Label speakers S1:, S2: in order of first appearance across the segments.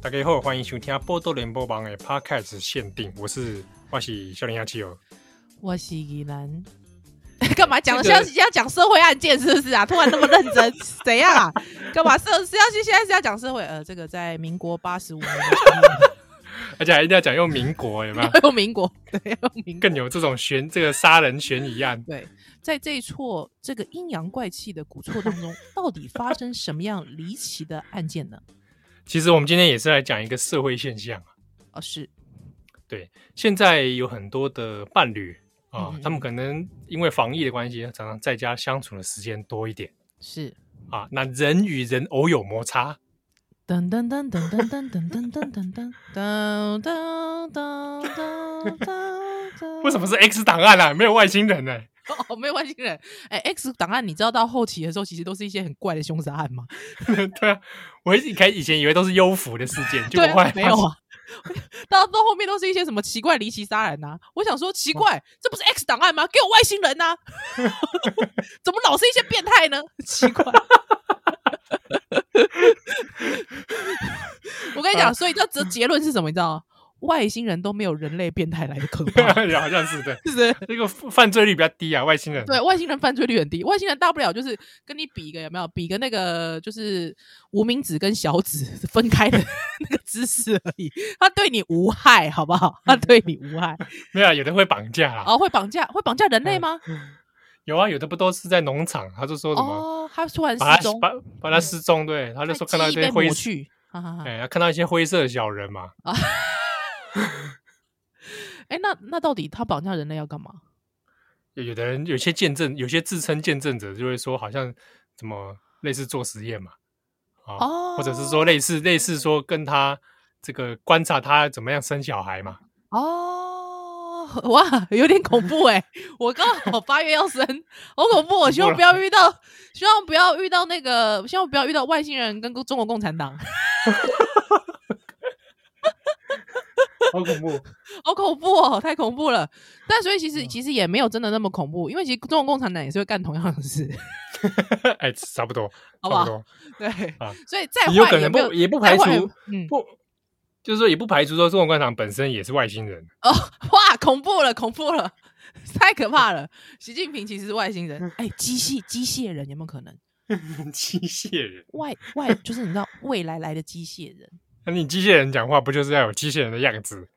S1: 大家好，欢迎收听《波多联播网》的 Podcast 限定，我是我是笑脸亚基友。
S2: 我是宜兰。 干嘛讲的像是要讲社会案件是不是啊？突然那么认 真，怎样啊？干嘛社是要现现在是要讲社会？呃，这个在民国八十五年的 时
S1: 而且还一定要讲用民国，有没 有？
S2: 候，用民国对，用民国
S1: 更有这种悬这个杀人悬疑案，
S2: 对，在这一错这个阴阳怪气的古错 当中，到底发生什么样离奇的案件呢？
S1: 其实我们今天也是来讲一个社会现象啊。
S2: 哦，是
S1: 现在有很多的伴侣啊，
S2: 嗯
S1: 他们可能因为防疫的关系，常常在家相处的时间多一点
S2: 是，
S1: 啊。那人与人偶有摩擦，
S2: 噔噔噔噔噔噔噔噔噔噔噔噔噔噔噔噔，
S1: 为什么是 X 档案啊？没有外星人呢、
S2: 哦，没有外星人。哎、x 档案，你知道到后期的时候，其实都是一些很怪的凶杀案 吗？
S1: 对啊，我一开以前以为都是幽浮的事件，结
S2: 对
S1: 果后
S2: 啊
S1: 来，
S2: 没
S1: 发
S2: 有
S1: 现
S2: 啊。 到到后面都是一些什么奇怪离奇杀人呐、啊我想说奇怪，这不是 X 档案吗？给我外星人呐、 怎么老是一些变态呢？奇怪。 我跟你讲，所以这这结论是什么？你知道吗？外星人都没有人类变态来的可怕，
S1: 好像是对，
S2: 是不是？
S1: 这个犯罪率比较低啊，外星人。
S2: 对，外星人犯罪率很低，外星人大不了就是跟你比一个有没有，比个那个就是无名指跟小指 分开的那个姿势而已，他对你无害，好不好？他对你无害。
S1: 没有啊，有的会绑架啦。
S2: 哦，会绑架，会绑架人类吗？
S1: 有啊，有的不都是在农场，他就说什么、
S2: 哦，他突然
S1: 把
S2: 失
S1: 他
S2: 踪，嗯
S1: 把把他失踪，对，他就说看到一
S2: 被
S1: 堆
S2: 抹
S1: 灰色，
S2: 去。哈哈哈。
S1: 哎、看到一些灰色的小人嘛，
S2: 哎，那那到底他绑架人类要干嘛？
S1: 有有的人有些见证，有些自称见证者就会说，好像怎么类似做实验嘛，啊、
S2: 哦
S1: 或者是说类似类似说跟他这个观察他怎么样生小孩嘛，
S2: 哦， 哇，有点恐怖哎、我刚好八月要生，好恐怖！哦 我希望不要遇到，希望不要遇到那个，希望不要遇到外星人跟中国共产党， 哦
S1: 好恐怖。
S2: 好恐怖哦，太恐怖了。但所以其实
S1: 嗯
S2: 其实也没有真的那么恐怖，因为其实中国共产党也是会干同样的事，
S1: 哎、差不多，差
S2: 好不好
S1: 不多，
S2: 对。
S1: 啊
S2: 所以再
S1: 也有
S2: 坏
S1: 可
S2: 也
S1: 能
S2: 没有
S1: 不也不
S2: 再
S1: 排除
S2: 坏也嗯，
S1: 不，就是说也不排除说中国官场本身也是外星 人。
S2: 哦，哇，恐怖了，恐怖了， 太可怕了。 习近平其实是外星
S1: 嗯
S2: 人，哎、机械机械人有没有可能？
S1: 机械人，
S2: 外外就是你知道未来来的机械人。
S1: 那你机械人讲话不就是要有机械人的样子？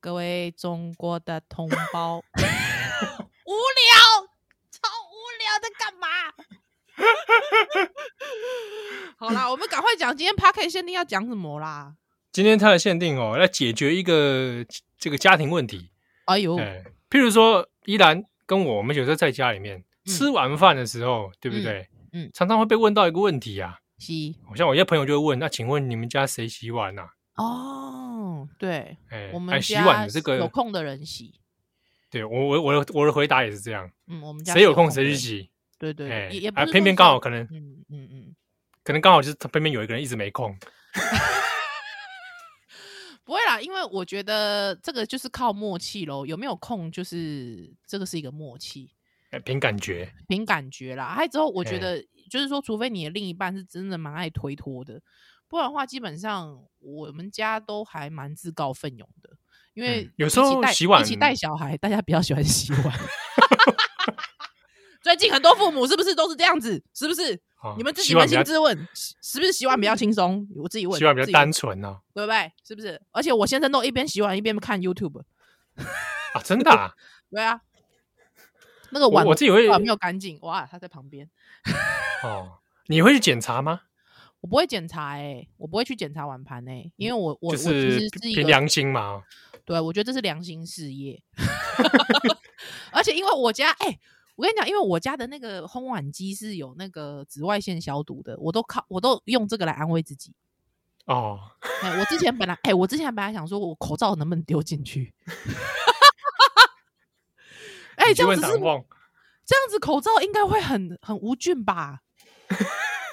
S2: 各位中国的同 胞，无聊，超无聊，在干嘛？ 好啦，我们赶快讲今天 p a r k 限定要讲什么啦？
S1: 今天它的限定哦，要解决一个这个家庭问题。
S2: 哎呦，
S1: 哎、譬如说依兰跟我，我们有时候在家里面、
S2: 嗯
S1: 吃完饭的时候，对不对？
S2: 嗯嗯
S1: 常常会被问到一个问题啊，
S2: 西
S1: 好像我一些朋友就会问，那请问你们家谁洗碗呐、啊？
S2: 哦，对，
S1: 哎、
S2: 我
S1: 哎
S2: 们
S1: 洗
S2: 家
S1: 碗的这
S2: 有
S1: 个，
S2: 空的人洗，
S1: 对我我我的我的回答也是这样，
S2: 嗯，我们家
S1: 谁有空
S2: 的
S1: 谁去
S2: 人？
S1: 洗，
S2: 对对，
S1: 哎、
S2: 也也不
S1: 啊
S2: 是
S1: 偏
S2: 说
S1: 偏
S2: 是
S1: 刚好，可能
S2: 嗯嗯嗯，
S1: 可能刚好就是偏偏有一个人一直没空，
S2: 不会啦，因为我觉得这个就是靠默契咯，有没有空就是这个是一个默契。
S1: 哎凭感觉，
S2: 凭感觉啦。还有之后，我觉
S1: 嘿
S2: 得就是说，除非你的另一半是真的蛮爱推脱的，不然的话，基本上我们家都还蛮自告奋勇的。因为、
S1: 嗯有时候洗碗
S2: 一起带小孩，大家比较喜欢 洗碗。最近很多父母是不是都是这样子？是不是？
S1: 啊
S2: 你们自己
S1: 洗碗
S2: 扪
S1: 比较
S2: 心自问，是是不是洗碗比较轻松？我自己问，
S1: 洗碗比
S2: 自
S1: 较
S2: 己问
S1: 单，纯哦
S2: 对不对？是不是？而且我先生都一边洗碗一边看 YouTube，
S1: 啊，真的、 啊，
S2: 对啊，那个
S1: 我
S2: 碗
S1: 我自己会
S2: 碗没有干净，哇，他在旁边。
S1: 哦，你会去检查吗？
S2: 我不会检查哎、我不会去检查碗盘哎、因为我我、
S1: 就
S2: 我其
S1: 是
S2: 实是一
S1: 凭
S2: 个
S1: 良心嘛，
S2: 对，我觉得这是良心事业， 而且因为我家哎、我跟你讲，因为我家的那个烘碗机是有那个紫外线消毒的，我都靠我都用这个来安慰自己。
S1: 哦，
S2: 哎、我之前本来哎、我之前本来想说我口罩能不能丢进去， 哎、
S1: 你去
S2: 这样
S1: 问
S2: 子
S1: 唐
S2: 是
S1: 望
S2: 这样子口罩应该会很很无菌吧？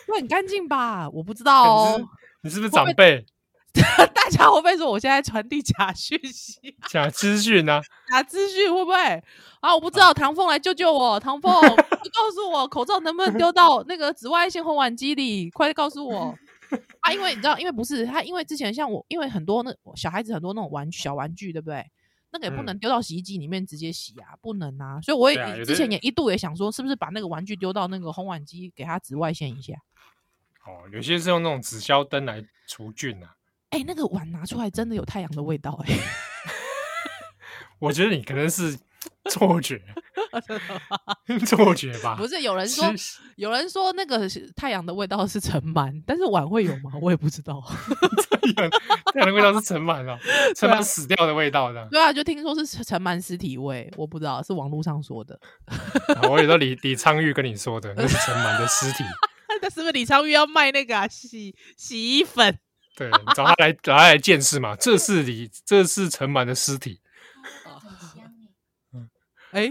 S2: 会很干净吧？我不知道
S1: 哎
S2: 哦
S1: 你是。你是不是
S2: 会不
S1: 长
S2: 会
S1: 辈
S2: 大家会不会说我现在传递假讯息、
S1: 假资讯啊呢？
S2: 假资讯？会不会啊？我不知道，唐凤来救救我！唐凤，你告诉我口罩能不能丢到那个紫外线烘碗机里？快告诉我！啊，因为你知道，因为不是他，因为之前像我，因为很多那小孩子很多那种玩小玩具，对不对？那个也不能丢到洗衣机里面直接洗啊，不能啊。所以我
S1: 嗯
S2: 也、
S1: 对啊有
S2: 之前
S1: 的
S2: 也一度也想说，是不是把那个玩具丢到那个烘碗机，给它紫外线一下？
S1: 哦，有些是用那种纸消灯来除菌啊。
S2: 哎、那个碗拿出来真的有太阳的味道哎、
S1: 我觉得你可能 是错觉，错觉吧？
S2: 不
S1: 是
S2: 是有人说有人说那个是太阳的味道是尘螨，但是碗会有吗？我也不知道。
S1: 太阳太阳的味道是尘螨 啊，尘螨死掉的味道的。
S2: 对啊，就听说是尘螨尸体味，我不知道是网络上说的。
S1: 啊我也到李李昌钰跟你说的，那是尘螨的尸体。
S2: 那是不是李昌钰要卖那个、啊、洗洗衣粉？
S1: 对，你找他来找他来见识嘛，这是李，这是尘螨的尸体。
S3: 很香哎。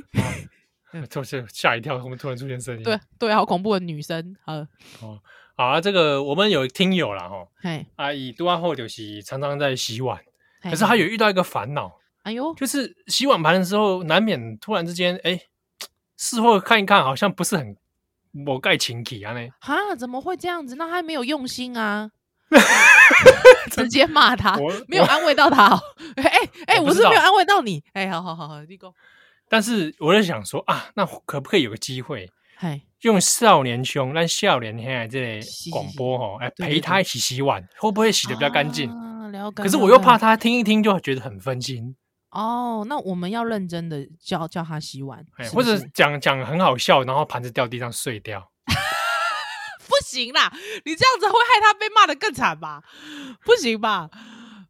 S2: 哎、
S1: 啊就是吓一跳，后面突然出现声音。
S2: 对对，好恐怖的女生，呃，
S1: 好啊，这个我们有听友啦吼，啊
S2: 嘿，
S1: 阿姨读完后就是常常在洗碗，
S2: 嘿
S1: 可是她有，遇到一个烦恼，
S2: 哎呦，
S1: 就是洗碗盘的时候难免突然之间，哎，事后看一看好像不是很我盖情体啊呢。
S2: 哈，怎么会这样子？那他没有用 心啊，直接骂他
S1: 我，
S2: 啊没有
S1: 我
S2: 安慰到他、哦。 哎哎哎，
S1: 我不
S2: 我
S1: 知
S2: 是
S1: 道
S2: 没有安慰到你。哎，好好好好，立功。
S1: 但是我在想说啊，那可不可以有个机会，
S2: 嘿，
S1: 用少年兄让少年现在这里
S2: 是
S1: 广播吼，哎，
S2: 对
S1: 陪他一起洗碗，会不会洗的比较干净？
S2: 啊，了解。
S1: 可是我又
S2: 了解
S1: 怕他听一听就觉得很分心，
S2: 哦，那我们要认真的叫叫他洗碗，
S1: 哎，
S2: 是不
S1: 或者
S2: 是
S1: 讲讲很好笑，然后盘子掉地上碎掉。
S2: 不行啦，你这样子会害他被骂的更惨吧？不行吧？呃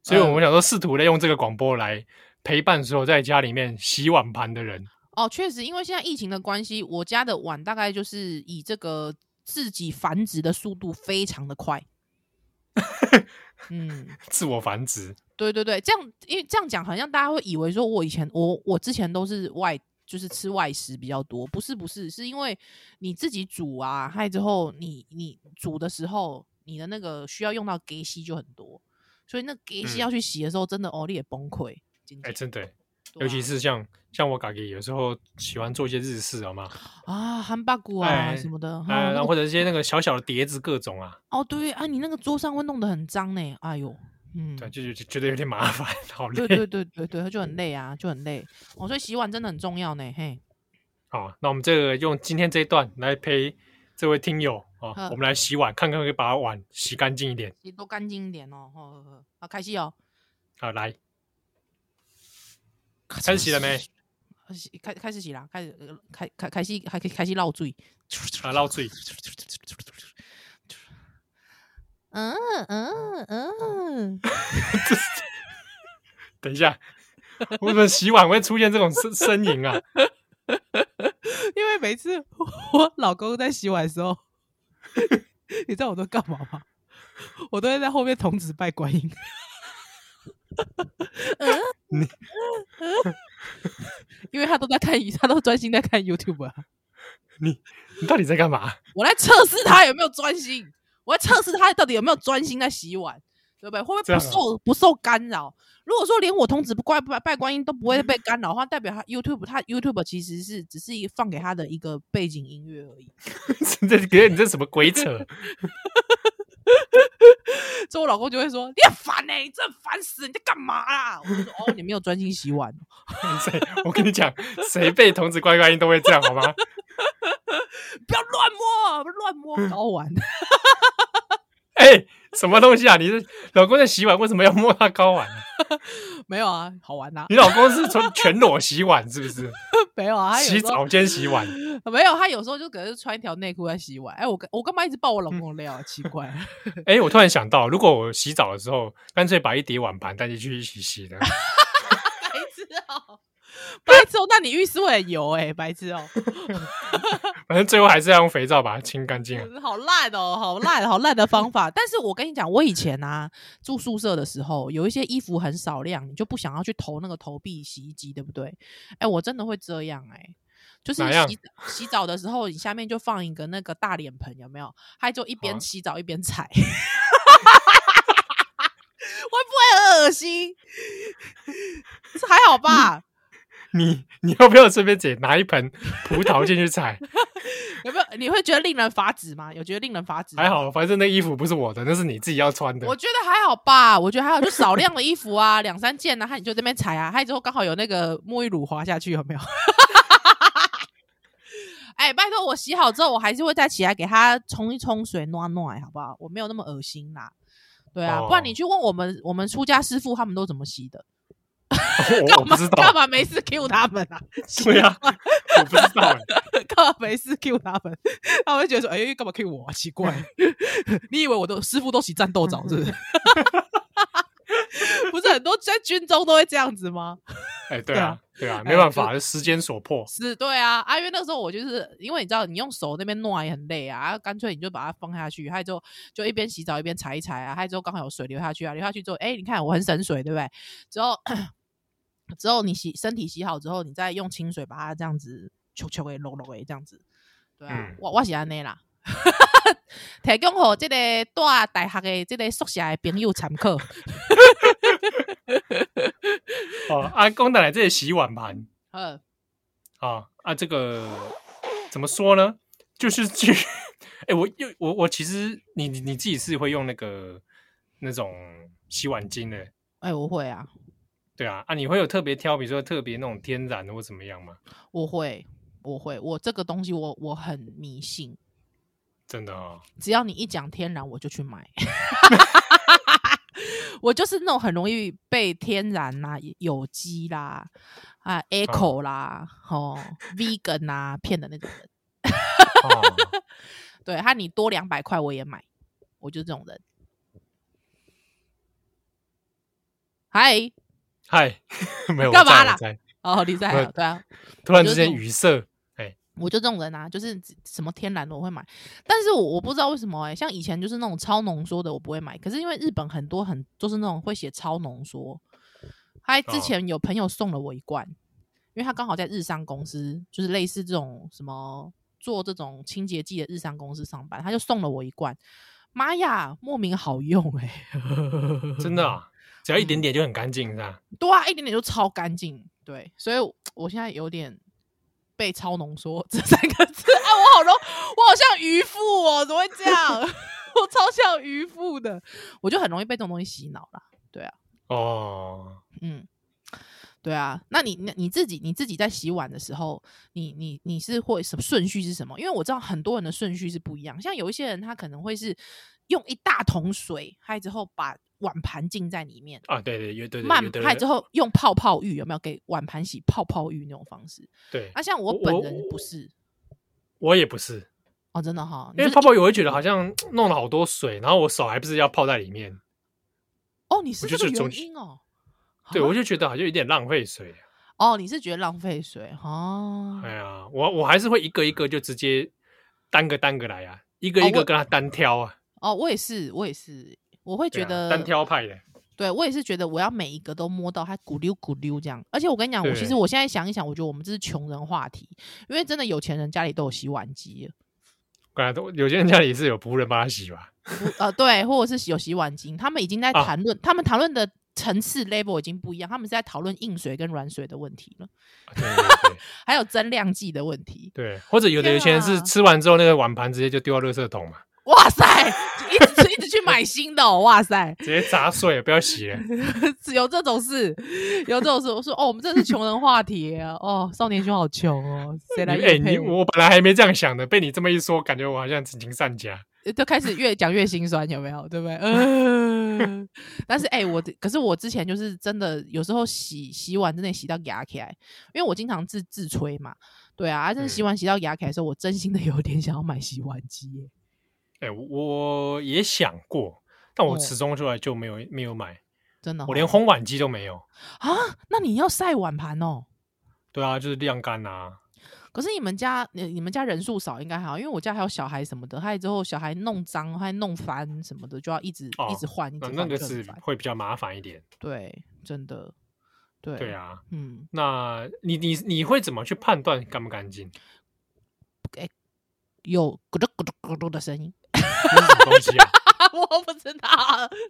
S1: 所以
S2: 嗯
S1: 我们想说，试图利用这个广播来陪伴所有在家里面洗碗盘的人。
S2: 哦，确实，因为现在疫情的关系，我家的碗大概就是以这个自己繁殖的速度非常 的快。嗯，
S1: 自我繁殖，
S2: 对对对，这样因为这样讲，好像大家会以为说我以前我我之前都是外就是吃外食比较多，不是不是，是因为你自己煮啊，还之后你你煮的时候，你的那个需要用到给洗就很多，所以那给洗
S1: 嗯
S2: 要去洗的时候，真的哦，你也崩溃。真
S1: 哎、
S2: 的
S1: 真的、
S2: 对
S1: 尤其
S2: 啊
S1: 是像像我嘎给，有时候喜欢做一些日式，好吗？
S2: 啊，汉巴骨啊
S1: 哎
S2: 什么的，哈
S1: 哎、
S2: 那
S1: 然后
S2: 个
S1: 或者一些那个小小的碟子，各种啊，
S2: 哦，对啊，你那个桌上会弄得很脏呢，哎呦，嗯，
S1: 对，就就就觉得有点麻烦，好累。
S2: 对对对对 对，就很累啊，就很累。哦，所以洗碗真的很重要呢，嘿，
S1: 好，那我们这个用今天这一段来陪这位听友啊
S2: 嗯，
S1: 我们来洗碗，看看可不可以把碗洗干净一点
S2: 洗多干净一点哦，呵呵呵，好开心哦。
S1: 啊。来，
S2: 咔
S1: 开始
S2: 嚓
S1: 洗了没？
S2: 洗开开始洗啦，开始呃开开开始还可以开始绕嘴，
S1: 啊，捞嘴，
S2: 嗯嗯嗯，
S1: 等一下，为什么洗碗会出现这种呻呻吟啊？
S2: 因为每次我老公在洗碗的时候， 你知道我都干嘛吗？我都会在后面童子拜观音。
S1: 你
S2: 嗯因为他都在看，他都专心在看 YouTube 啊。
S1: 你你到底在干嘛？
S2: 我来测试他有没有专心，我来测试他到底有没有专心在洗碗，对不对？会不
S1: 这
S2: 会
S1: 样
S2: 不
S1: 啊
S2: 受、不受干扰？如果说连我童子不怪拜拜观音都不会被干扰的话，代表他 YouTube 他 YouTube 其实是只是一个放给他的一个背景音乐而已。
S1: 这给你这什么鬼扯？
S2: 所以我老公就会说：“你很烦呢、欸你真的烦死了，你在干嘛啦？”我就说：“哦，你没有专心洗碗。”
S1: 谁？我跟你讲，谁被童子乖乖音都会这样，好吗？
S2: 不要乱摸，乱摸睾丸。
S1: 哎、什么东西啊？你是老公在洗碗，为什么要摸他睾丸啊？
S2: 没有啊，好玩呐、
S1: 你老公是从全裸洗碗是不是？
S2: 没有啊，他有
S1: 洗
S2: 时候
S1: 澡间洗碗，
S2: 没有，他有时候就可能是穿一条内裤在洗碗。哎，我跟我干嘛一直爆我老公的料啊？奇怪，
S1: 哎、我突然想到，如果我洗澡的时候，干脆把一叠碗盘带进去一起洗的，
S2: 白痴哦、白痴哦、那你浴室会很油哎、白痴哦、
S1: 反正最后还是要用肥皂把它清干净啊。
S2: 好烂哦、好烂，好烂的方法。 但是我跟你讲，我以前啊住宿舍的时候，有一些衣服很少量，你就不想要去投那个投币洗衣机，对不对？哎，我真的会这样哎、就是
S1: 哪样
S2: 洗洗澡的时候，你下面就放一个那个大脸盆，有没有？他就一边
S1: 啊
S2: 洗澡一边踩， 会不会很恶心？这还好吧？
S1: 你你要不要顺便姐拿一盆葡萄进去踩？
S2: 有没有？你会觉得令人发指吗？有觉得令人发指？
S1: 还，好，反正那衣服不是我的，那是你自己要穿的
S2: 我。觉得还好吧。我觉得还好，就少量的衣服啊，两三件啊，还你就这边踩啊，还之后刚好有那个沐浴乳滑下去，有 没有？哎，拜托，我洗好之后，我还是会再起来给它冲一冲水，暖暖，好不好？我没有那么恶心啦。对啊，
S1: 哦
S2: 不然你去问我们我们出家师傅他们都怎么洗的？
S1: 我我
S2: 干
S1: 不
S2: 嘛
S1: 知
S2: 干
S1: 道，
S2: 嘛没事 Q 他们啊？
S1: 对啊，我不知道 欸。
S2: 干嘛没事 Q 他们？ 他们会觉得说：“哎、干嘛 Q 我、啊？奇怪，你以为我都师傅都洗战斗澡是不是？” 不是很多在军中都会这样子吗？
S1: 哎，对
S2: 啊
S1: 啊，对啊，
S2: 哎
S1: 没办法，时间所迫。
S2: 是，对啊，啊，因为那时候我就是因为你知道，你用手那边弄也很累啊，啊干脆你就把它放下去，还之后就一边洗澡一边踩一踩啊，还之后刚好有水流下去啊，流下去之后，哎、你看我很省水，对不对？之后之后你洗身体洗好之后，你再用清水把它这样子球球给揉揉诶，这样子，对啊，
S1: 嗯
S2: 我我是安尼啦。 提供给这个大大学的这个宿舍的朋友参考。
S1: 哦，阿公奶奶这里洗碗盘
S2: 呃，
S1: 啊啊，这个怎么说呢？就是去，哎，我又我我其实你你你自己是会用那个那种洗碗巾的，
S2: 哎、我会啊，
S1: 对啊啊，你会有特别挑，比如说特别那种天然的或怎么样吗？
S2: 我会，我会，我这个东西我我很迷信。
S1: 真的哦，
S2: 只要你一讲天然，我就去买。 我就是那种很容易被天然啦、有机啦、啊 eco 啦、哦 vegan 啦骗的那种人。
S1: 哦
S2: 对，他你多两百块我也买，我就是这种人。嗨，
S1: 嗨， 没有
S2: 干嘛
S1: 我在
S2: 啦
S1: 我在
S2: 哦，你在啊
S1: 对
S2: 对啊，
S1: 突然
S2: 就
S1: 之
S2: 是
S1: 间
S2: 那种
S1: 语塞，
S2: 我就这种人啊，就是只什么天然的我会买，但是我我不知道为什么哎、像以前就是那种超浓缩的我不会买，可是因为日本很多很就是那种会写超浓缩，还之
S1: 哦
S2: 前有朋友送了我一罐，因为他刚好在日商公司，就是类似这种什么做这种清洁剂的日商公司上班，他就送了我一罐，妈呀，莫名好用哎、
S1: 真的 啊，只要一点点就很干净，是吧？
S2: 对啊，一点点就超干净。对，所以我我现在有点被超浓缩 这三个字。哎、我好容，我好像渔夫哦，怎么会这样？ 我超像渔夫的，我就很容易被这种东西洗脑啦。
S1: 哦，
S2: 嗯，对啊。那你那你自己你自己在洗碗的时候，你你你是会什么顺序是什么？因为我知道很多人的顺序是不一样，像有一些人他可能会是用一大桶水，还之后把碗盘浸在里面。
S1: 啊，对对，有对对，
S2: 慢
S1: 有的
S2: 拍
S1: 人
S2: 之后用泡泡浴，有没有给碗盘洗泡泡浴那种方式？
S1: 对
S2: 啊，，像我
S1: 我
S2: 本
S1: 我
S2: 人
S1: 我
S2: 不是
S1: 我也不是，
S2: 哦，真的哈，你
S1: 因为
S2: 就是
S1: 泡泡我会觉得好像弄了好多水，然后我手还不是要泡在里面，
S2: 哦，你是
S1: 就
S2: 这个
S1: 是中
S2: 原
S1: 西
S2: 因哦，
S1: 对
S2: 啊
S1: 我就觉得好像有点浪费水。啊
S2: 哦，你是觉得浪费水哦，
S1: 哎呀，我我还是会一个一个就直接单个单个来啊，一个
S2: 嗯哦
S1: 一个
S2: 我
S1: 跟他单挑啊，
S2: 哦，我也是，我也是，我会
S1: 对
S2: 觉
S1: 啊
S2: 得
S1: 单挑派的，
S2: 对我也是觉得我要每一个都摸到它咕溜咕溜这样。而且我跟你讲，我其实
S1: 对
S2: 我现在想一想，我觉得我们这是穷人话题，因为真的有钱人家里都有洗碗机了，
S1: 本来都有些人家里是有仆人帮他洗吧，
S2: 不呃对，或者是有洗碗机，他们已经在
S1: 啊
S2: 谈论，他们谈论的层次 level 已经不一样，他们是在讨论硬水跟软水的问题了，
S1: 啊对对对
S2: 还有增量计的问题。
S1: 对，或者有的
S2: 天
S1: 有钱人
S2: 啊
S1: 是吃完之后那个碗盘直接就丢到垃圾桶嘛，
S2: 哇塞，一直去一直去买新的、哦，哇塞，
S1: 直接砸碎了，不要洗 了。
S2: 有这种事，有这种事。我说哦，我们这是穷人话题耶哦，少年兄好穷哦，谁来
S1: 你哎、
S2: 夜
S1: 你
S2: 配？
S1: 我本来还没这样想的，被你这么一说，感觉我好像曾经善家。
S2: 就开始越讲越心酸，有没有？对不对？ 嗯、但是哎、我可是我之前就是真的有时候洗洗碗真的洗到牙起来，因为我经常自自吹嘛，对啊，啊真的
S1: 嗯
S2: 洗碗洗到牙起来的时候，我真心的有点想要买洗碗机耶。
S1: 哎、我也想过，但我
S2: 哦
S1: 始终出来就没有没有买，
S2: 真的哦、
S1: 我连烘碗机都没有。
S2: 啊，那你要晒碗盘哦。
S1: 对啊，就是晾干啊。
S2: 可是你们家，你你们家人数少应该还好，因为我家还有小孩什么的，还之后小孩弄脏，还弄翻什么的，就要一直、
S1: 哦
S2: 一直换，一直
S1: 那
S2: 换，
S1: 那个
S2: 一直
S1: 是
S2: 换
S1: 会比较麻烦一点。
S2: 对，真的，对，
S1: 对，啊，
S2: 嗯，
S1: 那你你你会怎么去判断干不干净？
S2: 有咕嘟咕嘟咕嘟的声音，
S1: 那是什么东西啊？
S2: 我不知道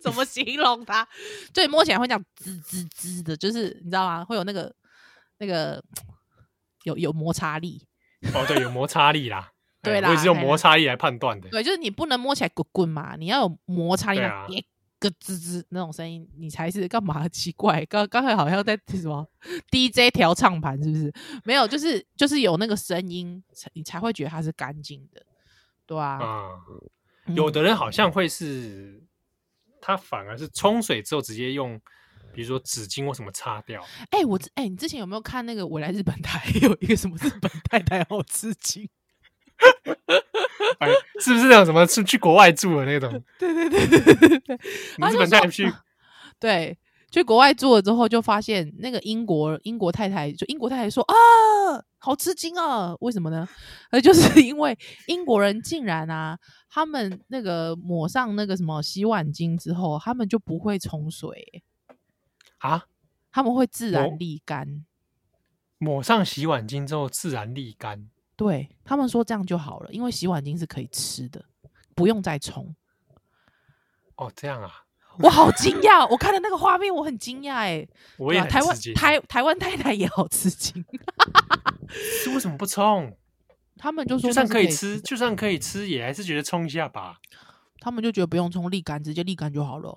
S2: 怎么形容它，对，摸起来会这样滋滋滋的，就是你知道吗？会有那个那个有有摩擦力，
S1: 哦，对，有摩擦力啦。
S2: 对
S1: 哎
S2: 啦
S1: 我也是用
S2: 哎
S1: 摩擦力来判断的。
S2: 对，就是你不能摸起来滚滚嘛，你要有摩擦力
S1: 对
S2: 嘛
S1: 啊，
S2: 咯吱吱那种声音，你才是干嘛？ 奇怪，刚刚才好像在什么 DJ 调唱盘是不是？没有，就是就是有那个声音，才你才会觉得它是干净的，对啊，
S1: 啊，
S2: 嗯
S1: 有的人好像会是，他反而是冲水之后直接用，比如说纸巾或什么擦掉。
S2: 哎、我之哎、你之前有没有看那个《我来日本台》 有一个什么日本太太好吃惊？
S1: 哎，是不是那种什么是去国外住的那种？
S2: 对对对对对对，
S1: 你日本带去
S2: 对，去国外住了之后，就发现那个英国英国太太，就英国太太说啊，好吃惊啊！为什么呢？ 呃，就是因为英国人竟然啊，他们那个抹上那个什么洗碗巾之后，他们就不会冲水，
S1: 啊？
S2: 他们会自然
S1: 哦
S2: 沥干。
S1: 抹上洗碗巾之后自然沥干。
S2: 对他们说这样就好了，因为洗碗巾是可以吃的，不用再冲。
S1: 哦，这样啊，
S2: 我好惊讶，我看了那个画面，我很惊讶哎、
S1: 我
S2: 对
S1: 也
S2: 啊
S1: 很
S2: 台湾
S1: 吃惊
S2: 台台湾太太也好吃惊，
S1: 是为什么不冲？
S2: 他们就说
S1: 就
S2: 那
S1: 算
S2: 是
S1: 可以
S2: 吃
S1: 吃，就算可以吃，也还是觉得冲一下吧。
S2: 他们就觉得不用冲沥干，直接沥干就好了。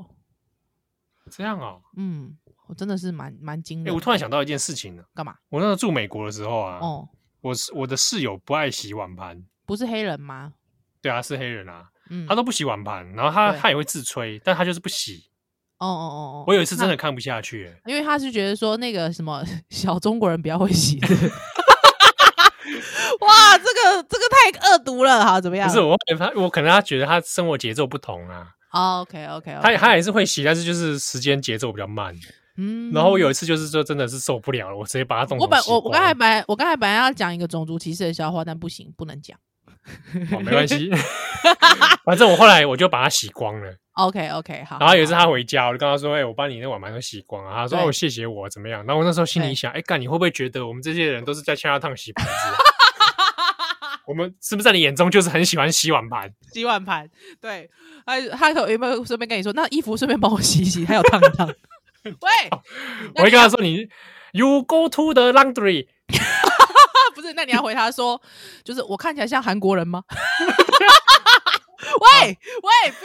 S1: 这样哦，
S2: 嗯，我真的是蛮蛮惊
S1: 哎、
S2: 人。
S1: 我突然想到一件事情呢。
S2: 干嘛？
S1: 我那时候住美国的时候啊，
S2: 哦，
S1: 我是我的室友不爱洗碗盘，
S2: 不是黑人吗？
S1: 对啊，是黑人啊，
S2: 嗯，
S1: 他都不洗碗盘，然后他
S2: 对
S1: 他也会自吹，但他就是不洗。
S2: 哦哦哦哦，
S1: 我有一次真
S2: 那，
S1: 的看不下去、欸，
S2: 因为他是觉得说那个什么小中国人比较会 洗的。哇，这个这个太恶毒了，好怎么样？
S1: 不是我他我可能他觉得他生活节奏不同啊，
S2: 哦，OK，OK，OK、o k OK，
S1: 他他也是会洗，但是就是时间节奏比较慢。
S2: 嗯
S1: 然后我有一次就是说真的是受不了了，我直接把它弄
S2: 我本我我刚才
S1: 哦
S2: 本来我刚才本来要讲一个种族歧视的笑话，但不行，不能讲。
S1: 没关系， 反正我后来我就把它洗光了。
S2: OK OK，好。
S1: 然后有一次
S2: 好
S1: 他回家，我就跟他说：“哎、我把你那碗盘都洗光了。”他说：“
S2: 啊对
S1: 哦，谢谢我怎么样？”然后我那时候心
S2: 对
S1: 里想：“哎，干你会不会觉得我们这些人都是在呛他烫洗盘子啊、 我们是不是在你眼中就是很喜欢洗碗盘？
S2: 洗碗盘，对，他他可有没有顺便跟你说，那衣服顺便帮我洗一洗，还有烫一烫。 啊喂，
S1: 我会跟他说你，You go to the laundry。
S2: 那不是，那你要回他说，就是我看起来像韩国人吗？ 喂喂，不要这样子，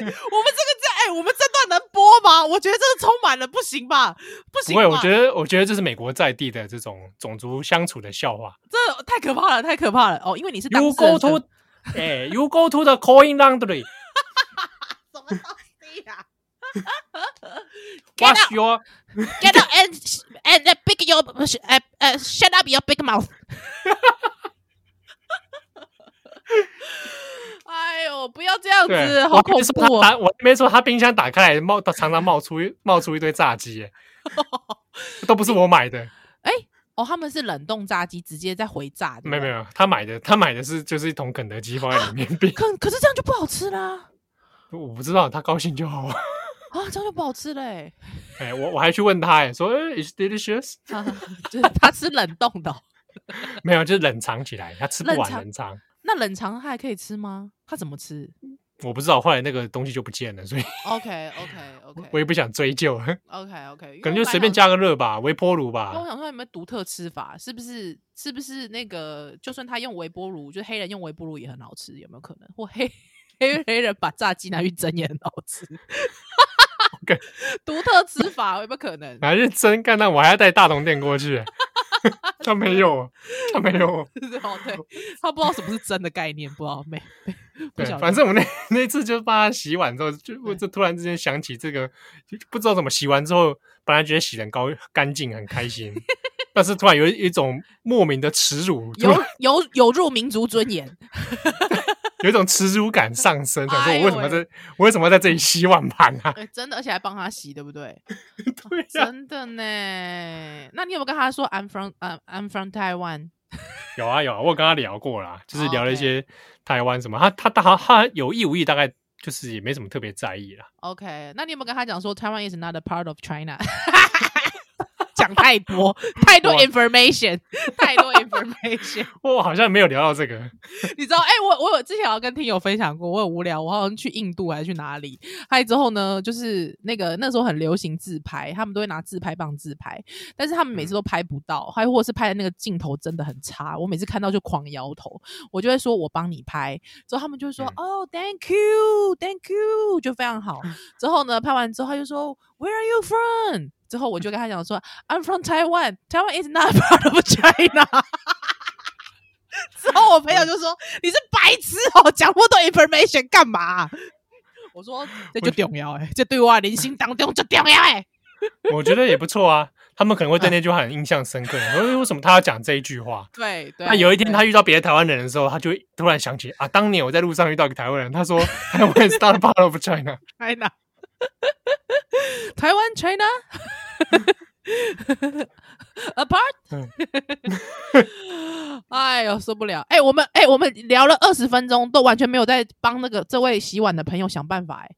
S2: 我们这个这哎、我们这段能播吗？我觉得这个充满了，不行吧，不
S1: 不
S2: 行吧，
S1: 会，我觉得我觉得这是美国在地的这种种族相处的笑话。
S2: 这太可怕了，太可怕了哦，因为你是当
S1: You
S2: 事人
S1: go to，哎、y o u go to the coin laundry。
S2: 什么东西啊呀、Get
S1: Wash
S2: out,
S1: your
S2: get out and and uh, big your uh, uh, shut up your big mouth 。 哎呦，不要这样
S1: 对，
S2: 子，好
S1: 我还
S2: 恐
S1: 没说
S2: 怖
S1: 他
S2: 哦！
S1: 打我还没说他冰箱打开来冒，常常冒出一冒出一堆炸鸡 耶，都不是我买的，
S2: 哦，他们是冷冻炸鸡，直接再回炸的。
S1: 没有没，有，他买的他买的是就是一桶肯德基放在里 面冰，
S2: 可可是这样就不好吃啦
S1: 我不知道他高兴就好。
S2: 啊，这样就不好吃嘞、
S1: 哎，我我还去问他，哎，说哎，is delicious？
S2: 哈哈，就是他吃冷冻的哦、
S1: 没有，就是冷藏起来，他吃不
S2: 冷
S1: 完
S2: 藏
S1: 冷藏。
S2: 那冷藏它还可以吃吗？它怎么吃
S1: 我不知道，后来那个东西就不见了，所以
S2: ？OK OK
S1: 我
S2: OK
S1: 也不想追究，可
S2: OK OK，
S1: 能就随便加个热吧，微波炉
S2: 那我
S1: 吧。
S2: 想说，有没有独特吃法？是不是？是不是那个？就算他用微波炉，就是黑人用微波炉也很好吃，有没有可能？或黑黑黑人把炸鸡拿去蒸也很好吃
S1: OK
S2: 独特吃法有没有可 能？
S1: 还是真干，那我还要带大同电锅去。 哎他没有，他没有。
S2: 哦，对，他不知道什么是真的概念，不知道没没不
S1: 对
S2: 晓，得。
S1: 反正我那那一次就帮他洗碗之后，就我就突然之间想起这个，就不知道怎么洗完之后，本来觉得洗的高干净很开心， 但是突然有一一种莫名的耻辱，突
S2: 有
S1: 然
S2: 有有入民族尊严，
S1: 有一种耻辱感上升，想说
S2: 哎
S1: 我
S2: 呦
S1: 为什么
S2: 喂嗯
S1: 在，我为什么在这里洗碗盘啊？
S2: 对，哎真的，而且还帮他洗，对不对？
S1: 对啊呀、
S2: 真的呢。那你有没有跟他说 I'm from 呃、I'm from Taiwan？
S1: 有啊有啊，我有跟他聊过啦，就是
S2: 哦
S1: 聊了一
S2: OK
S1: 些台湾什么，他他他他有意无意，大概就是也没什么特别在意啦。
S2: OK，那你有没有跟他讲说 Taiwan is not a part of China？想太多，太多
S1: 哇
S2: information，太多 information。
S1: 我好像没有聊到这个，
S2: 你知道，哎、我我有之前有跟听友分享过，我很无聊，我好像去印度还是去哪里，还之后呢，就是那个那时候很流行自拍，他们都会拿自拍棒自拍，但是他们每次都拍不到，还或者是拍的那个镜头真的很差，我每次看到就狂摇头，我就会说我帮你拍，之后他们就会说
S1: 嗯
S2: 哦、thank you，thank you，就非常好。之后呢，拍完之后他就说 Where are you from？之后我就跟他讲说 I'm from Taiwan. Taiwan is not part of China. 之后我朋友就说你是白痴哦，讲那么多 information 干嘛、 我说这就重要哎、这对我的人生当中就重要哎、
S1: 我觉得也不错啊。他们可能
S2: 嗯
S1: 会对那句话很印象深刻，我说为什么他要讲这一句话？
S2: 对对。啊
S1: 那有一天
S2: 对
S1: 他遇到别的台湾人的时候，他就会突然想起啊，当年我在路上遇到一个台湾人，他说台湾 is not part of China。
S2: China，台湾 China，apart，
S1: 嗯
S2: 哎呦受不了！哎、我们哎、我们聊了二十分钟，都完全没有在帮那个这位洗碗的朋友想办法、哎，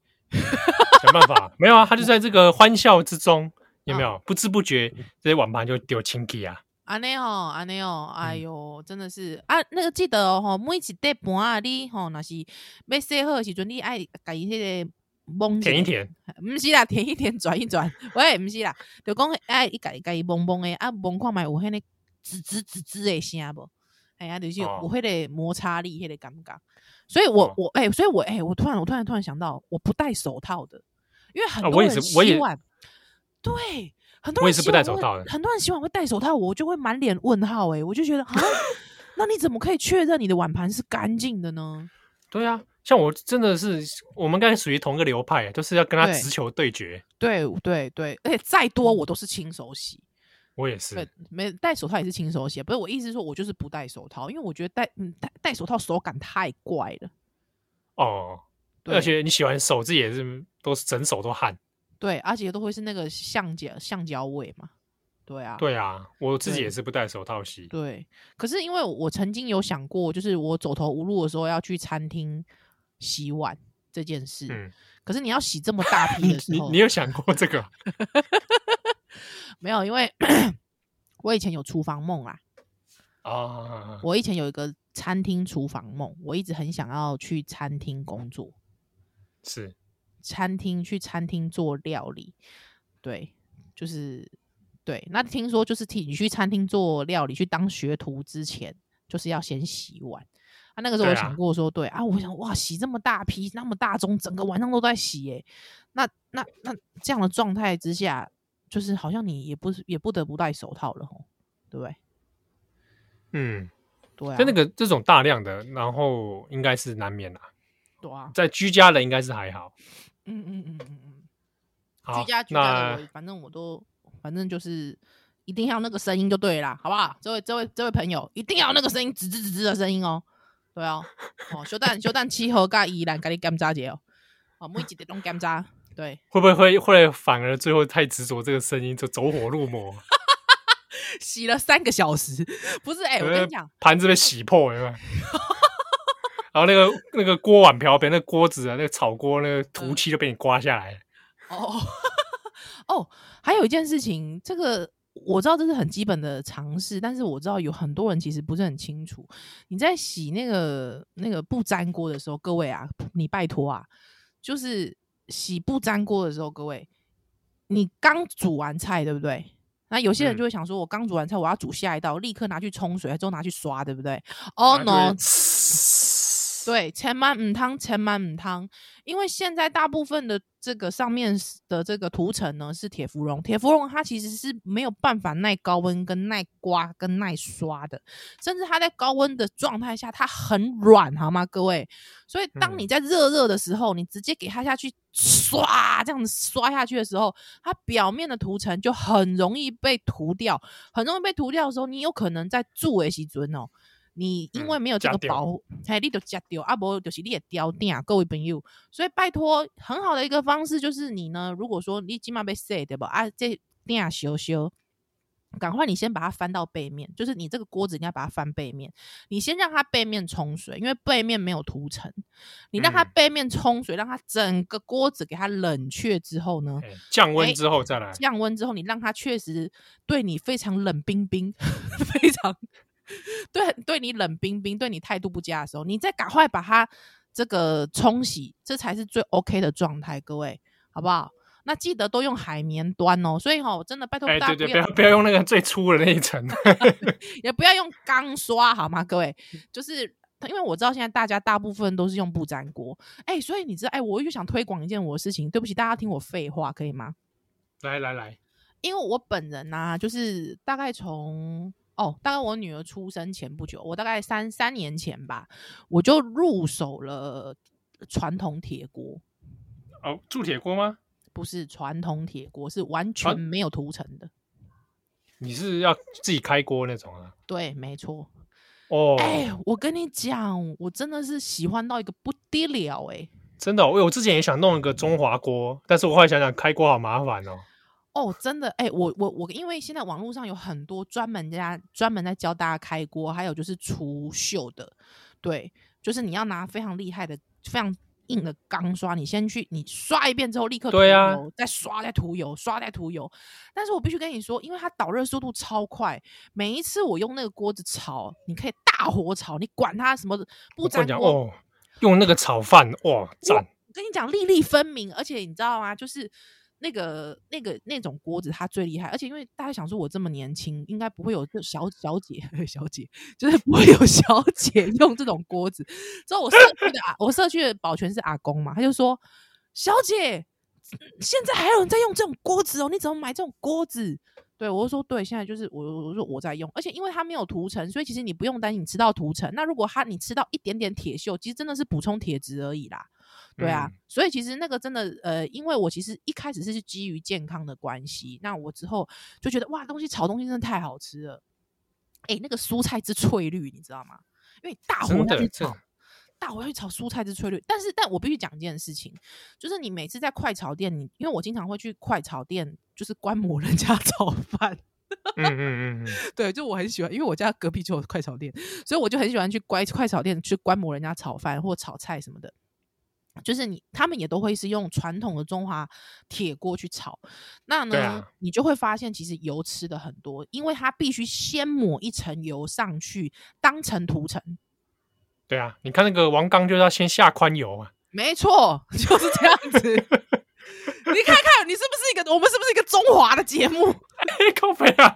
S1: 想办法，没有啊，他就在这个欢笑之中，有没
S2: 嗯
S1: 有？不知不觉这些碗盘就丢清给啊。
S2: 安内哦，安内
S1: 嗯
S2: 哦，哎呦，真的是啊，那个记得哦，吼，每一块盘啊，你吼若是要洗好的时阵，你爱甲伊迄个蒙
S1: 舔一舔，
S2: 毋是啦，舔一舔， 转一转，喂，毋是啦，就讲哎，伊家己家己蒙蒙诶，啊，蒙看觅有迄个吱吱吱吱诶声无？哎呀，就是有
S1: 哦
S2: 有迄个摩擦力，迄个感觉。所以我
S1: 哦
S2: 我哎，所以我哎，我突然我突然突然想到，我不戴手套的，因为很
S1: 啊
S2: 多
S1: 我也
S2: 人
S1: 是我也
S2: 洗碗，对，很多人
S1: 我也是
S2: 洗
S1: 不戴
S2: 碗
S1: 手
S2: 会
S1: 套的
S2: 很多人洗碗会戴手套，我就会满脸问号哎，我就 觉得啊，那你怎么可以确认你的碗盘是干净的呢？
S1: 对啊，像我真的是，我们刚才属于同一个流派，都是要跟他
S2: 对
S1: 直球对决。
S2: 对对对，而且再多
S1: 嗯
S2: 我都是亲手洗。
S1: 我也是
S2: 对，，没戴手套也是轻手洗，不是我意思是说，我就是不戴手套，因为我觉得戴嗯戴戴手套手感太怪了。
S1: 哦，
S2: 对
S1: 而且你洗完手自己也是都是整手都汗。
S2: 对，而且都会是那个橡胶橡胶味嘛。对啊，
S1: 对啊，我自己
S2: 对
S1: 也是不戴手套洗。
S2: 对可是因为我曾经有想过，就是我走投无路的时候要去餐厅洗碗这件事。
S1: 嗯
S2: 可是你要洗这么大 批
S1: 你
S2: 的时
S1: 你
S2: 候，
S1: 你有想过这 个？
S2: 没有？因为 我以前有厨房梦啦，
S1: 啊，
S2: 我以前有一个餐厅厨房梦，我一直很想要去餐厅工作。
S1: 是
S2: 餐厅去餐厅做料理，对，就是对。那听说就是替你去餐厅做料理去当学徒之前，就是要先洗碗。啊，那个时候我
S1: 对啊
S2: 想过说，对啊我想哇，洗这么大批那么大宗，整个晚上都在洗耶、那那那这样的状态之下，就是好像你也不是也不得不戴手套了吼，对不对？
S1: 嗯，
S2: 对啊，
S1: 但那个这种大量的，然后应该是难免啦，
S2: 对啊，
S1: 在居家的应该是还好。
S2: 嗯嗯嗯嗯嗯。
S1: 好，
S2: 居家居家的
S1: 那
S2: 我，反正我都，反正就是一定要那个声音就对啦，好不好？这位这位这位朋友，一定要那个声音，吱吱吱吱的声音哦。对哦，哦，小蛋小蛋七和甲依然甲你检查者哦，哦，每一日拢检查，对，
S1: 会不会会会反而最后太执着这个声音，就走火入魔，
S2: 洗了三个小时，不是 哎、我
S1: 呃
S2: 跟你讲，
S1: 盘子被洗破 了有没有？然后那个那个锅碗瓢盆、那个锅子啊，那个炒锅那个涂漆都被你刮下来了。
S2: 哦 哦，还有一件事情，这个我知道这是很基本的常识，但是我知道有很多人其实不是很清楚。你在洗那个那个不粘锅的时候，各位啊，你拜托啊，就是洗不粘锅的时候，各位，你刚煮完菜对不对？那有些人
S1: 嗯
S2: 就会想说，我刚煮完菜，我要煮下一道，立刻拿去冲水，之后拿去刷，对不对？Oh
S1: 然后
S2: no，
S1: 就会，
S2: 对，千万唔汤，千万唔汤，因为现在大部分的这个上面是的这个涂层呢是铁芙蓉，铁芙蓉它其实是没有办法耐高温、跟耐刮、跟耐刷的，甚至它在高温的状态下，它很软，好吗，各位？所以当
S1: 嗯
S2: 你在热热的时候，你直接给它下去刷，这样子刷下去的时候，它表面的涂层就很容易被涂掉，很容易被涂掉的时候，你有可能在住的时阵哦，你因
S1: 嗯
S2: 为没有这
S1: 吃
S2: 个
S1: 掉
S2: 保护，嘿，你就夹掉，啊不，就是你也掉掉，啊各位朋友，所以拜托，很好的一个方式就是你呢，如果说你今晚被 say 对吧？啊，这定修修，赶快你先把它翻到背面，就是你这个锅子你要把它翻背面，你先让它背面冲水，因为背面没有涂层，你让它
S1: 嗯
S2: 背面冲水，让它整个锅子给它冷却之后呢，
S1: 哎降温
S2: 哎
S1: 之后再来，
S2: 降温之后，你让它确实对你非常冷冰冰， 非常对对你冷冰冰，对你态度不佳的时候，你再赶快把它这个冲洗，这才是最 OK 的状态，各位好不好？那记得都用海绵端哦，所以哈、真的拜托
S1: 哎，
S2: 大家
S1: 对对，
S2: 不
S1: 不
S2: 要、
S1: 要不要用那个最粗的那一 层，
S2: 也不要用钢刷好吗？各位，
S1: 嗯
S2: 就是因为我知道现在大家大部分都是用不粘锅，哎，所以你知道，哎，我又想推广一件我的事情，对不起，大家听我废话可以吗？
S1: 来来来，
S2: 因为我本人呐、就是大概从哦，大概我女儿出生前不久，我大概三三年前吧，我就入手了传统铁锅，
S1: 哦，铸铁锅吗？
S2: 不是传统铁锅，是完全没有涂层的。
S1: 你是要自己开锅那种啊？
S2: 对，没错。
S1: 哦，
S2: 哎、我跟你讲，我真的是喜欢到一个不得了哎、
S1: 真的哦、我我之前也想弄一个中华锅，但是我后来想想，开锅好麻烦哦。
S2: 哦，真的，哎、我我我，因为现在网络上有很多专门家专门在教大家开锅，还有就是除锈的，对，就是你要拿非常厉害的、非常硬的钢刷，你先去你刷一遍之后，立刻
S1: 对
S2: 涂
S1: 啊
S2: 油再刷再涂油，刷再涂油。但是我必须跟你说，因为它导热速度超快，每一次我用那个锅子炒，你可以大火炒，你管它什么不
S1: 我跟
S2: 粘
S1: 你讲
S2: 锅
S1: 哦，用那个炒饭，哇，赞！
S2: 我跟你讲，粒粒分明，而且你知道吗？就是那个那个那种锅子，它最厉害。而且因为大家想说，我这么年轻，应该不会有这小小姐 小姐，就是不会有小姐用这种锅子。之后我社区的啊，我社区的保全是阿公嘛，他就说：“小姐，现在还有人在用这种锅子哦，你怎么买这种锅子？”对，我就说对，现在就是我，我说我在用，而且因为它没有涂层，所以其实你不用担心你吃到涂层。那如果它你吃到一点点铁锈，其实真的是补充铁质而已啦。对啊，
S1: 嗯
S2: 所以其实那个真的，呃，因为我其实一开始是基于健康的关系，那我之后就觉得哇，东西炒东西真的太好吃了，哎，那个蔬菜之翠绿，你知道吗？因为你大火
S1: 真
S2: 要
S1: 的
S2: 去
S1: 真的
S2: 炒，大火要去炒蔬菜之翠绿，但是但我必须讲一件事情，就是你每次在快炒店，你因为我经常会去快炒店，就是观摩人家 炒饭，
S1: 嗯嗯嗯嗯，
S2: 对，就我很喜欢，因为我家隔壁就有快炒店，所以我就很喜欢去乖快炒店去观摩人家炒饭或炒菜什么的。就是你，他们也都会是用传统的中华铁锅去炒，那
S1: 对
S2: 呢，
S1: 啊
S2: 你就会发现其实油吃的很多，因为它必须先抹一层油上去当成涂层，
S1: 对啊，你看那个王刚就是要先下宽油 啊，
S2: 没错，就是这样子。你看看，你是不是一个我们是不是一个中华的节目？
S1: 嘿，靠北啊，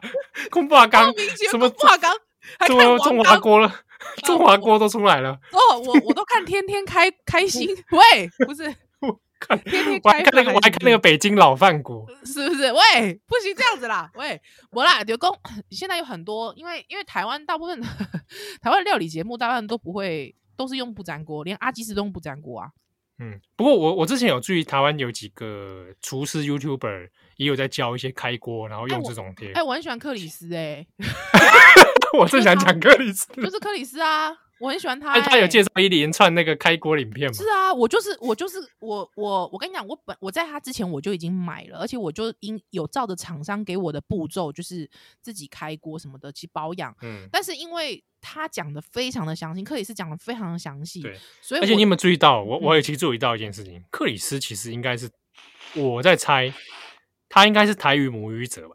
S1: 空霸刚
S2: 莫名其
S1: 什
S2: 妙
S1: 么
S2: 挂缸， 还看
S1: 中
S2: 王
S1: 中华
S2: 刚
S1: 锅 了，中华锅都出来了。
S2: 哦，我我都看天天开开心， 喂，不是
S1: 我看，
S2: 天天
S1: 我还
S2: 开
S1: 看那个，
S2: 饭
S1: 我还看那个北京老饭骨，
S2: 是不是？喂，不行这样子啦，喂，我啦，刘公现在有很多，因为因为台湾大部分台湾料理节目大部分都不会，都是用不粘锅，连阿基斯都用不粘锅啊。
S1: 嗯，不过我我之前有注意台湾有几个厨师 YouTuber 也有在教一些开锅，然后用
S2: 我
S1: 这种贴
S2: 哎、。我很喜欢克里斯、
S1: 我正想讲克里斯，
S2: 哎，就是克里斯啊，我很喜欢他、
S1: 哎，他有
S2: 哎
S1: 介绍一连串那个开锅影片嘛
S2: 是？啊，我就是我就是我我我跟你讲，我本我在他之前我就已经买了，而且我就因有照着厂商给我的步骤，就是自己开锅什么的去保养。
S1: 嗯，
S2: 但是因为他讲的非常的详细，克里斯讲的非常的详细，
S1: 对，
S2: 所以
S1: 而且
S2: 我
S1: 你有没有注意到？我
S2: 嗯
S1: 我有其实注意到一件事情，克里斯其实应该是我在猜，他应该是台语母语者吧？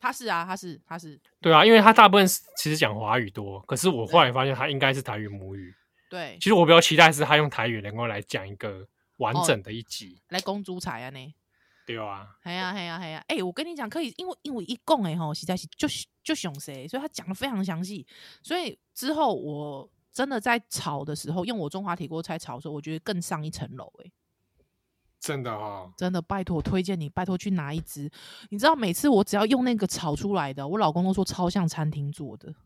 S2: 他是啊，他是他是
S1: 对啊，因为他大部分是其实讲华语多，可是我后来发现他应该是台语母语。
S2: 对
S1: 其实我比较期待是他用台语能够来讲一个完
S2: 哦
S1: 整的一集，
S2: 来公主彩啊呢。
S1: 对啊，
S2: 哎呀，哎呀，哎呀！哎、我跟你讲，可以，因为因为一共哎吼，实在是就是就熊谁，所以他讲的非常详细。所以之后我真的在炒的时候，用我中华铁锅菜炒的时候，我觉得更上一层楼哎、
S1: 真的哦，
S2: 真的，拜托推荐你，拜托去拿一支。你知道每次我只要用那个炒出来的，我老公都说超像餐厅做的。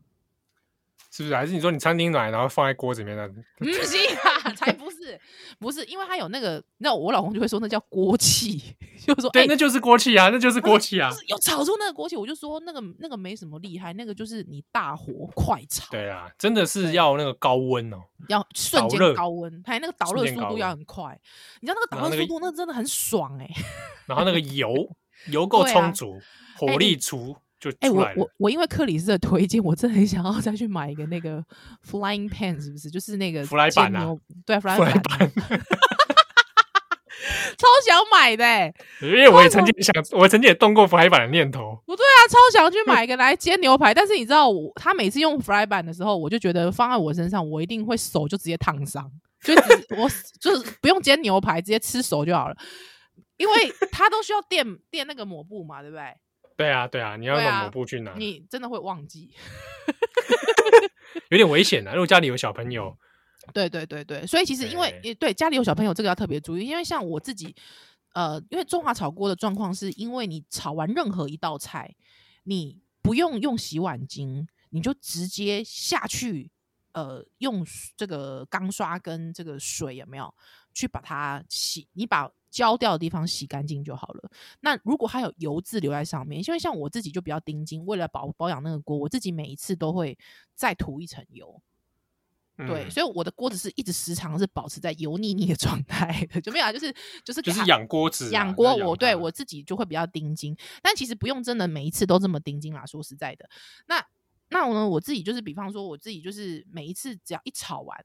S1: 是不是？还是你说你餐厅来，然后放在锅子里面的？
S2: 不是啊，才不是，不是，因为他有那个，那我老公就会说那叫锅气， 就说
S1: 对，
S2: 哎
S1: 那就是锅气啊，那就是锅气啊
S2: 就，是有炒出那个锅气，我就说那个那个没什么厉害，那个就是你大火快炒，
S1: 对啊，真的是要那个高温哦，
S2: 要瞬
S1: 导
S2: 间
S1: 热
S2: 高温，还有那个导
S1: 瞬
S2: 热
S1: 间
S2: 速
S1: 高
S2: 度要
S1: 温
S2: 很快。你知道那
S1: 然
S2: 个
S1: 后
S2: 导
S1: 那
S2: 热
S1: 个
S2: 速度，那真的很爽哎、
S1: 然后那个油油够
S2: 对啊
S1: 充足，
S2: 哎
S1: 火
S2: 你
S1: 力足就
S2: 哎、
S1: 出
S2: 我
S1: 来了
S2: 我我因为克里斯的推荐，我真的很想要再去买一个那个 flying pan，是不是？就是那个
S1: 弗莱
S2: 煎
S1: 板啊
S2: 牛，对，fly
S1: 弗莱
S2: 板， 超想买的、欸，
S1: 因为我也曾经想，我曾经也动过浮海板的念头。
S2: 我对啊，超想去买一个来煎牛排，但是你知道我，他每次用 fry 板的时候，我就觉得放在我身上，我一定会手就直接烫伤，就只我就是不用煎牛排，直接吃手就好了，因为它都需要垫垫那个抹布嘛，对不对？
S1: 对啊，对啊，你要
S2: 对
S1: 用
S2: 啊
S1: 抹布去拿，
S2: 你真的会忘记，
S1: 有点危险啊。如果家里有小朋友，
S2: 对对对对，所以其实因为
S1: 对
S2: 也对家里有小朋友，这个要特别注意，因为像我自己，呃，因为中华炒锅的状况是因为你炒完任何一道菜，你不用用洗碗巾，你就直接下去，呃，用这个钢刷跟这个水有没有去把它洗，你把。焦掉的地方洗干净就好了。那如果还有油渍留在上面，因为像我自己就比较盯紧，为了保保养那个锅，我自己每一次都会再涂一层油。
S1: 嗯
S2: 对，所以我的锅子是一直时常是保持在油腻腻的状态的，就没有、啊，就是就是给
S1: 就是
S2: 它
S1: 养锅子啊，
S2: 养锅，
S1: 就是
S2: 我对
S1: 它
S2: 我自己就会比较盯紧，但其实不用真的每一次都这么盯紧啦。说实在的，那那我呢，我自己就是，比方说我自己就是每一次只要一炒完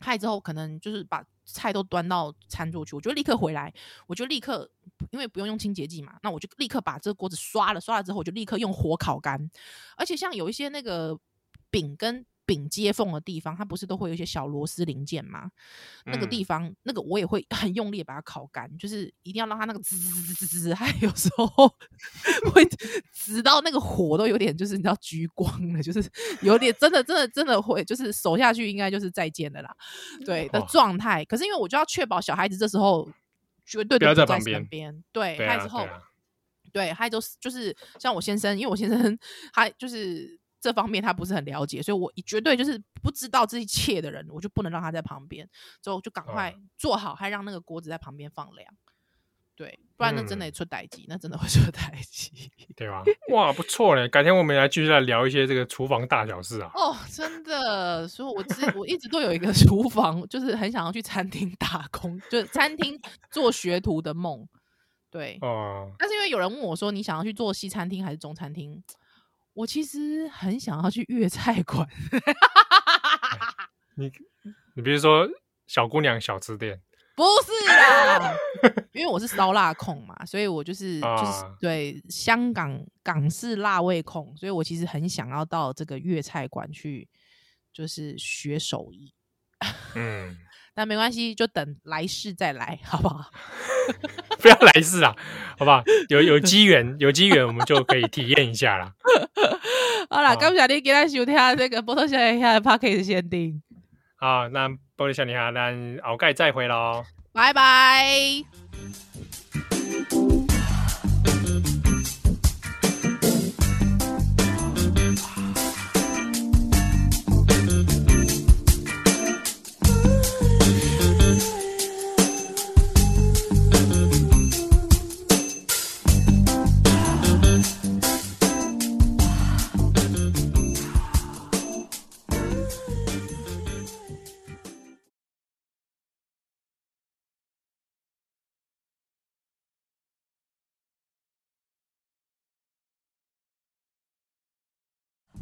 S2: 菜之后，可能就是把菜都端到餐桌去，我就立刻回来，我就立刻因为不用用清洁剂嘛，那我就立刻把这个锅子刷了，刷了之后我就立刻用火烤干，而且像有一些那个饼跟。饼接缝的地方，它不是都会有一些小螺丝零件吗？那个
S1: 嗯
S2: 地方，那个我也会 很用力地把它烤干，就是一定要让它那个滋滋滋滋滋滋，还有时候 会直到那个火都有点就是你知道橘光了，就是有点真的真的真的会就是手下去应该就是再见的啦，对的
S1: 哦
S2: 状态。可是因为我就要确保小孩子这时候绝对
S1: 不
S2: 都
S1: 要在
S2: 在
S1: 旁
S2: 身
S1: 边
S2: 边，对，
S1: 对
S2: 他
S1: 啊
S2: 之后
S1: 对啊
S2: 对，还就是就是像我先生，因为我先生他就是这方面他不是很了解，所以我绝对就是不知道这一切的人，我就不能让他在旁边，所以我就赶快做好，还让那个锅子在旁边放凉。对，不然那真的也
S1: 嗯
S2: 出歹机，那真的会出歹机。
S1: 对吧？哇，不错嘞！改天我们来继续来聊一些这个厨房大小事啊。
S2: 哦，真的，所以我自我一直都有一 个厨房，就是很想要去餐厅打工，就是餐厅做学徒的梦。对，
S1: 哦，
S2: 但是因为有人问我说，你想要去做西餐厅还是中餐厅？我其实很想要去粤菜馆，
S1: 你比如说小姑娘小吃店，
S2: 不是啦，因为我是烧腊控嘛，所以我就是、就是
S1: 啊
S2: 对香港港式辣味控，所以我其实很想要到这个粤菜馆去，就是学手艺。
S1: 嗯，
S2: 但没关系，就等来世再来，好不好？
S1: 不要来世啊，好吧？有有机缘，有机缘我们就可以体验一下啦。
S2: 好啦，
S1: 好
S2: 感谢你今天收听这个波多小姐下的 p a c k a g e 限定，
S1: 啊，那玻璃小女孩，那鳌盖再会喽。
S2: 拜拜。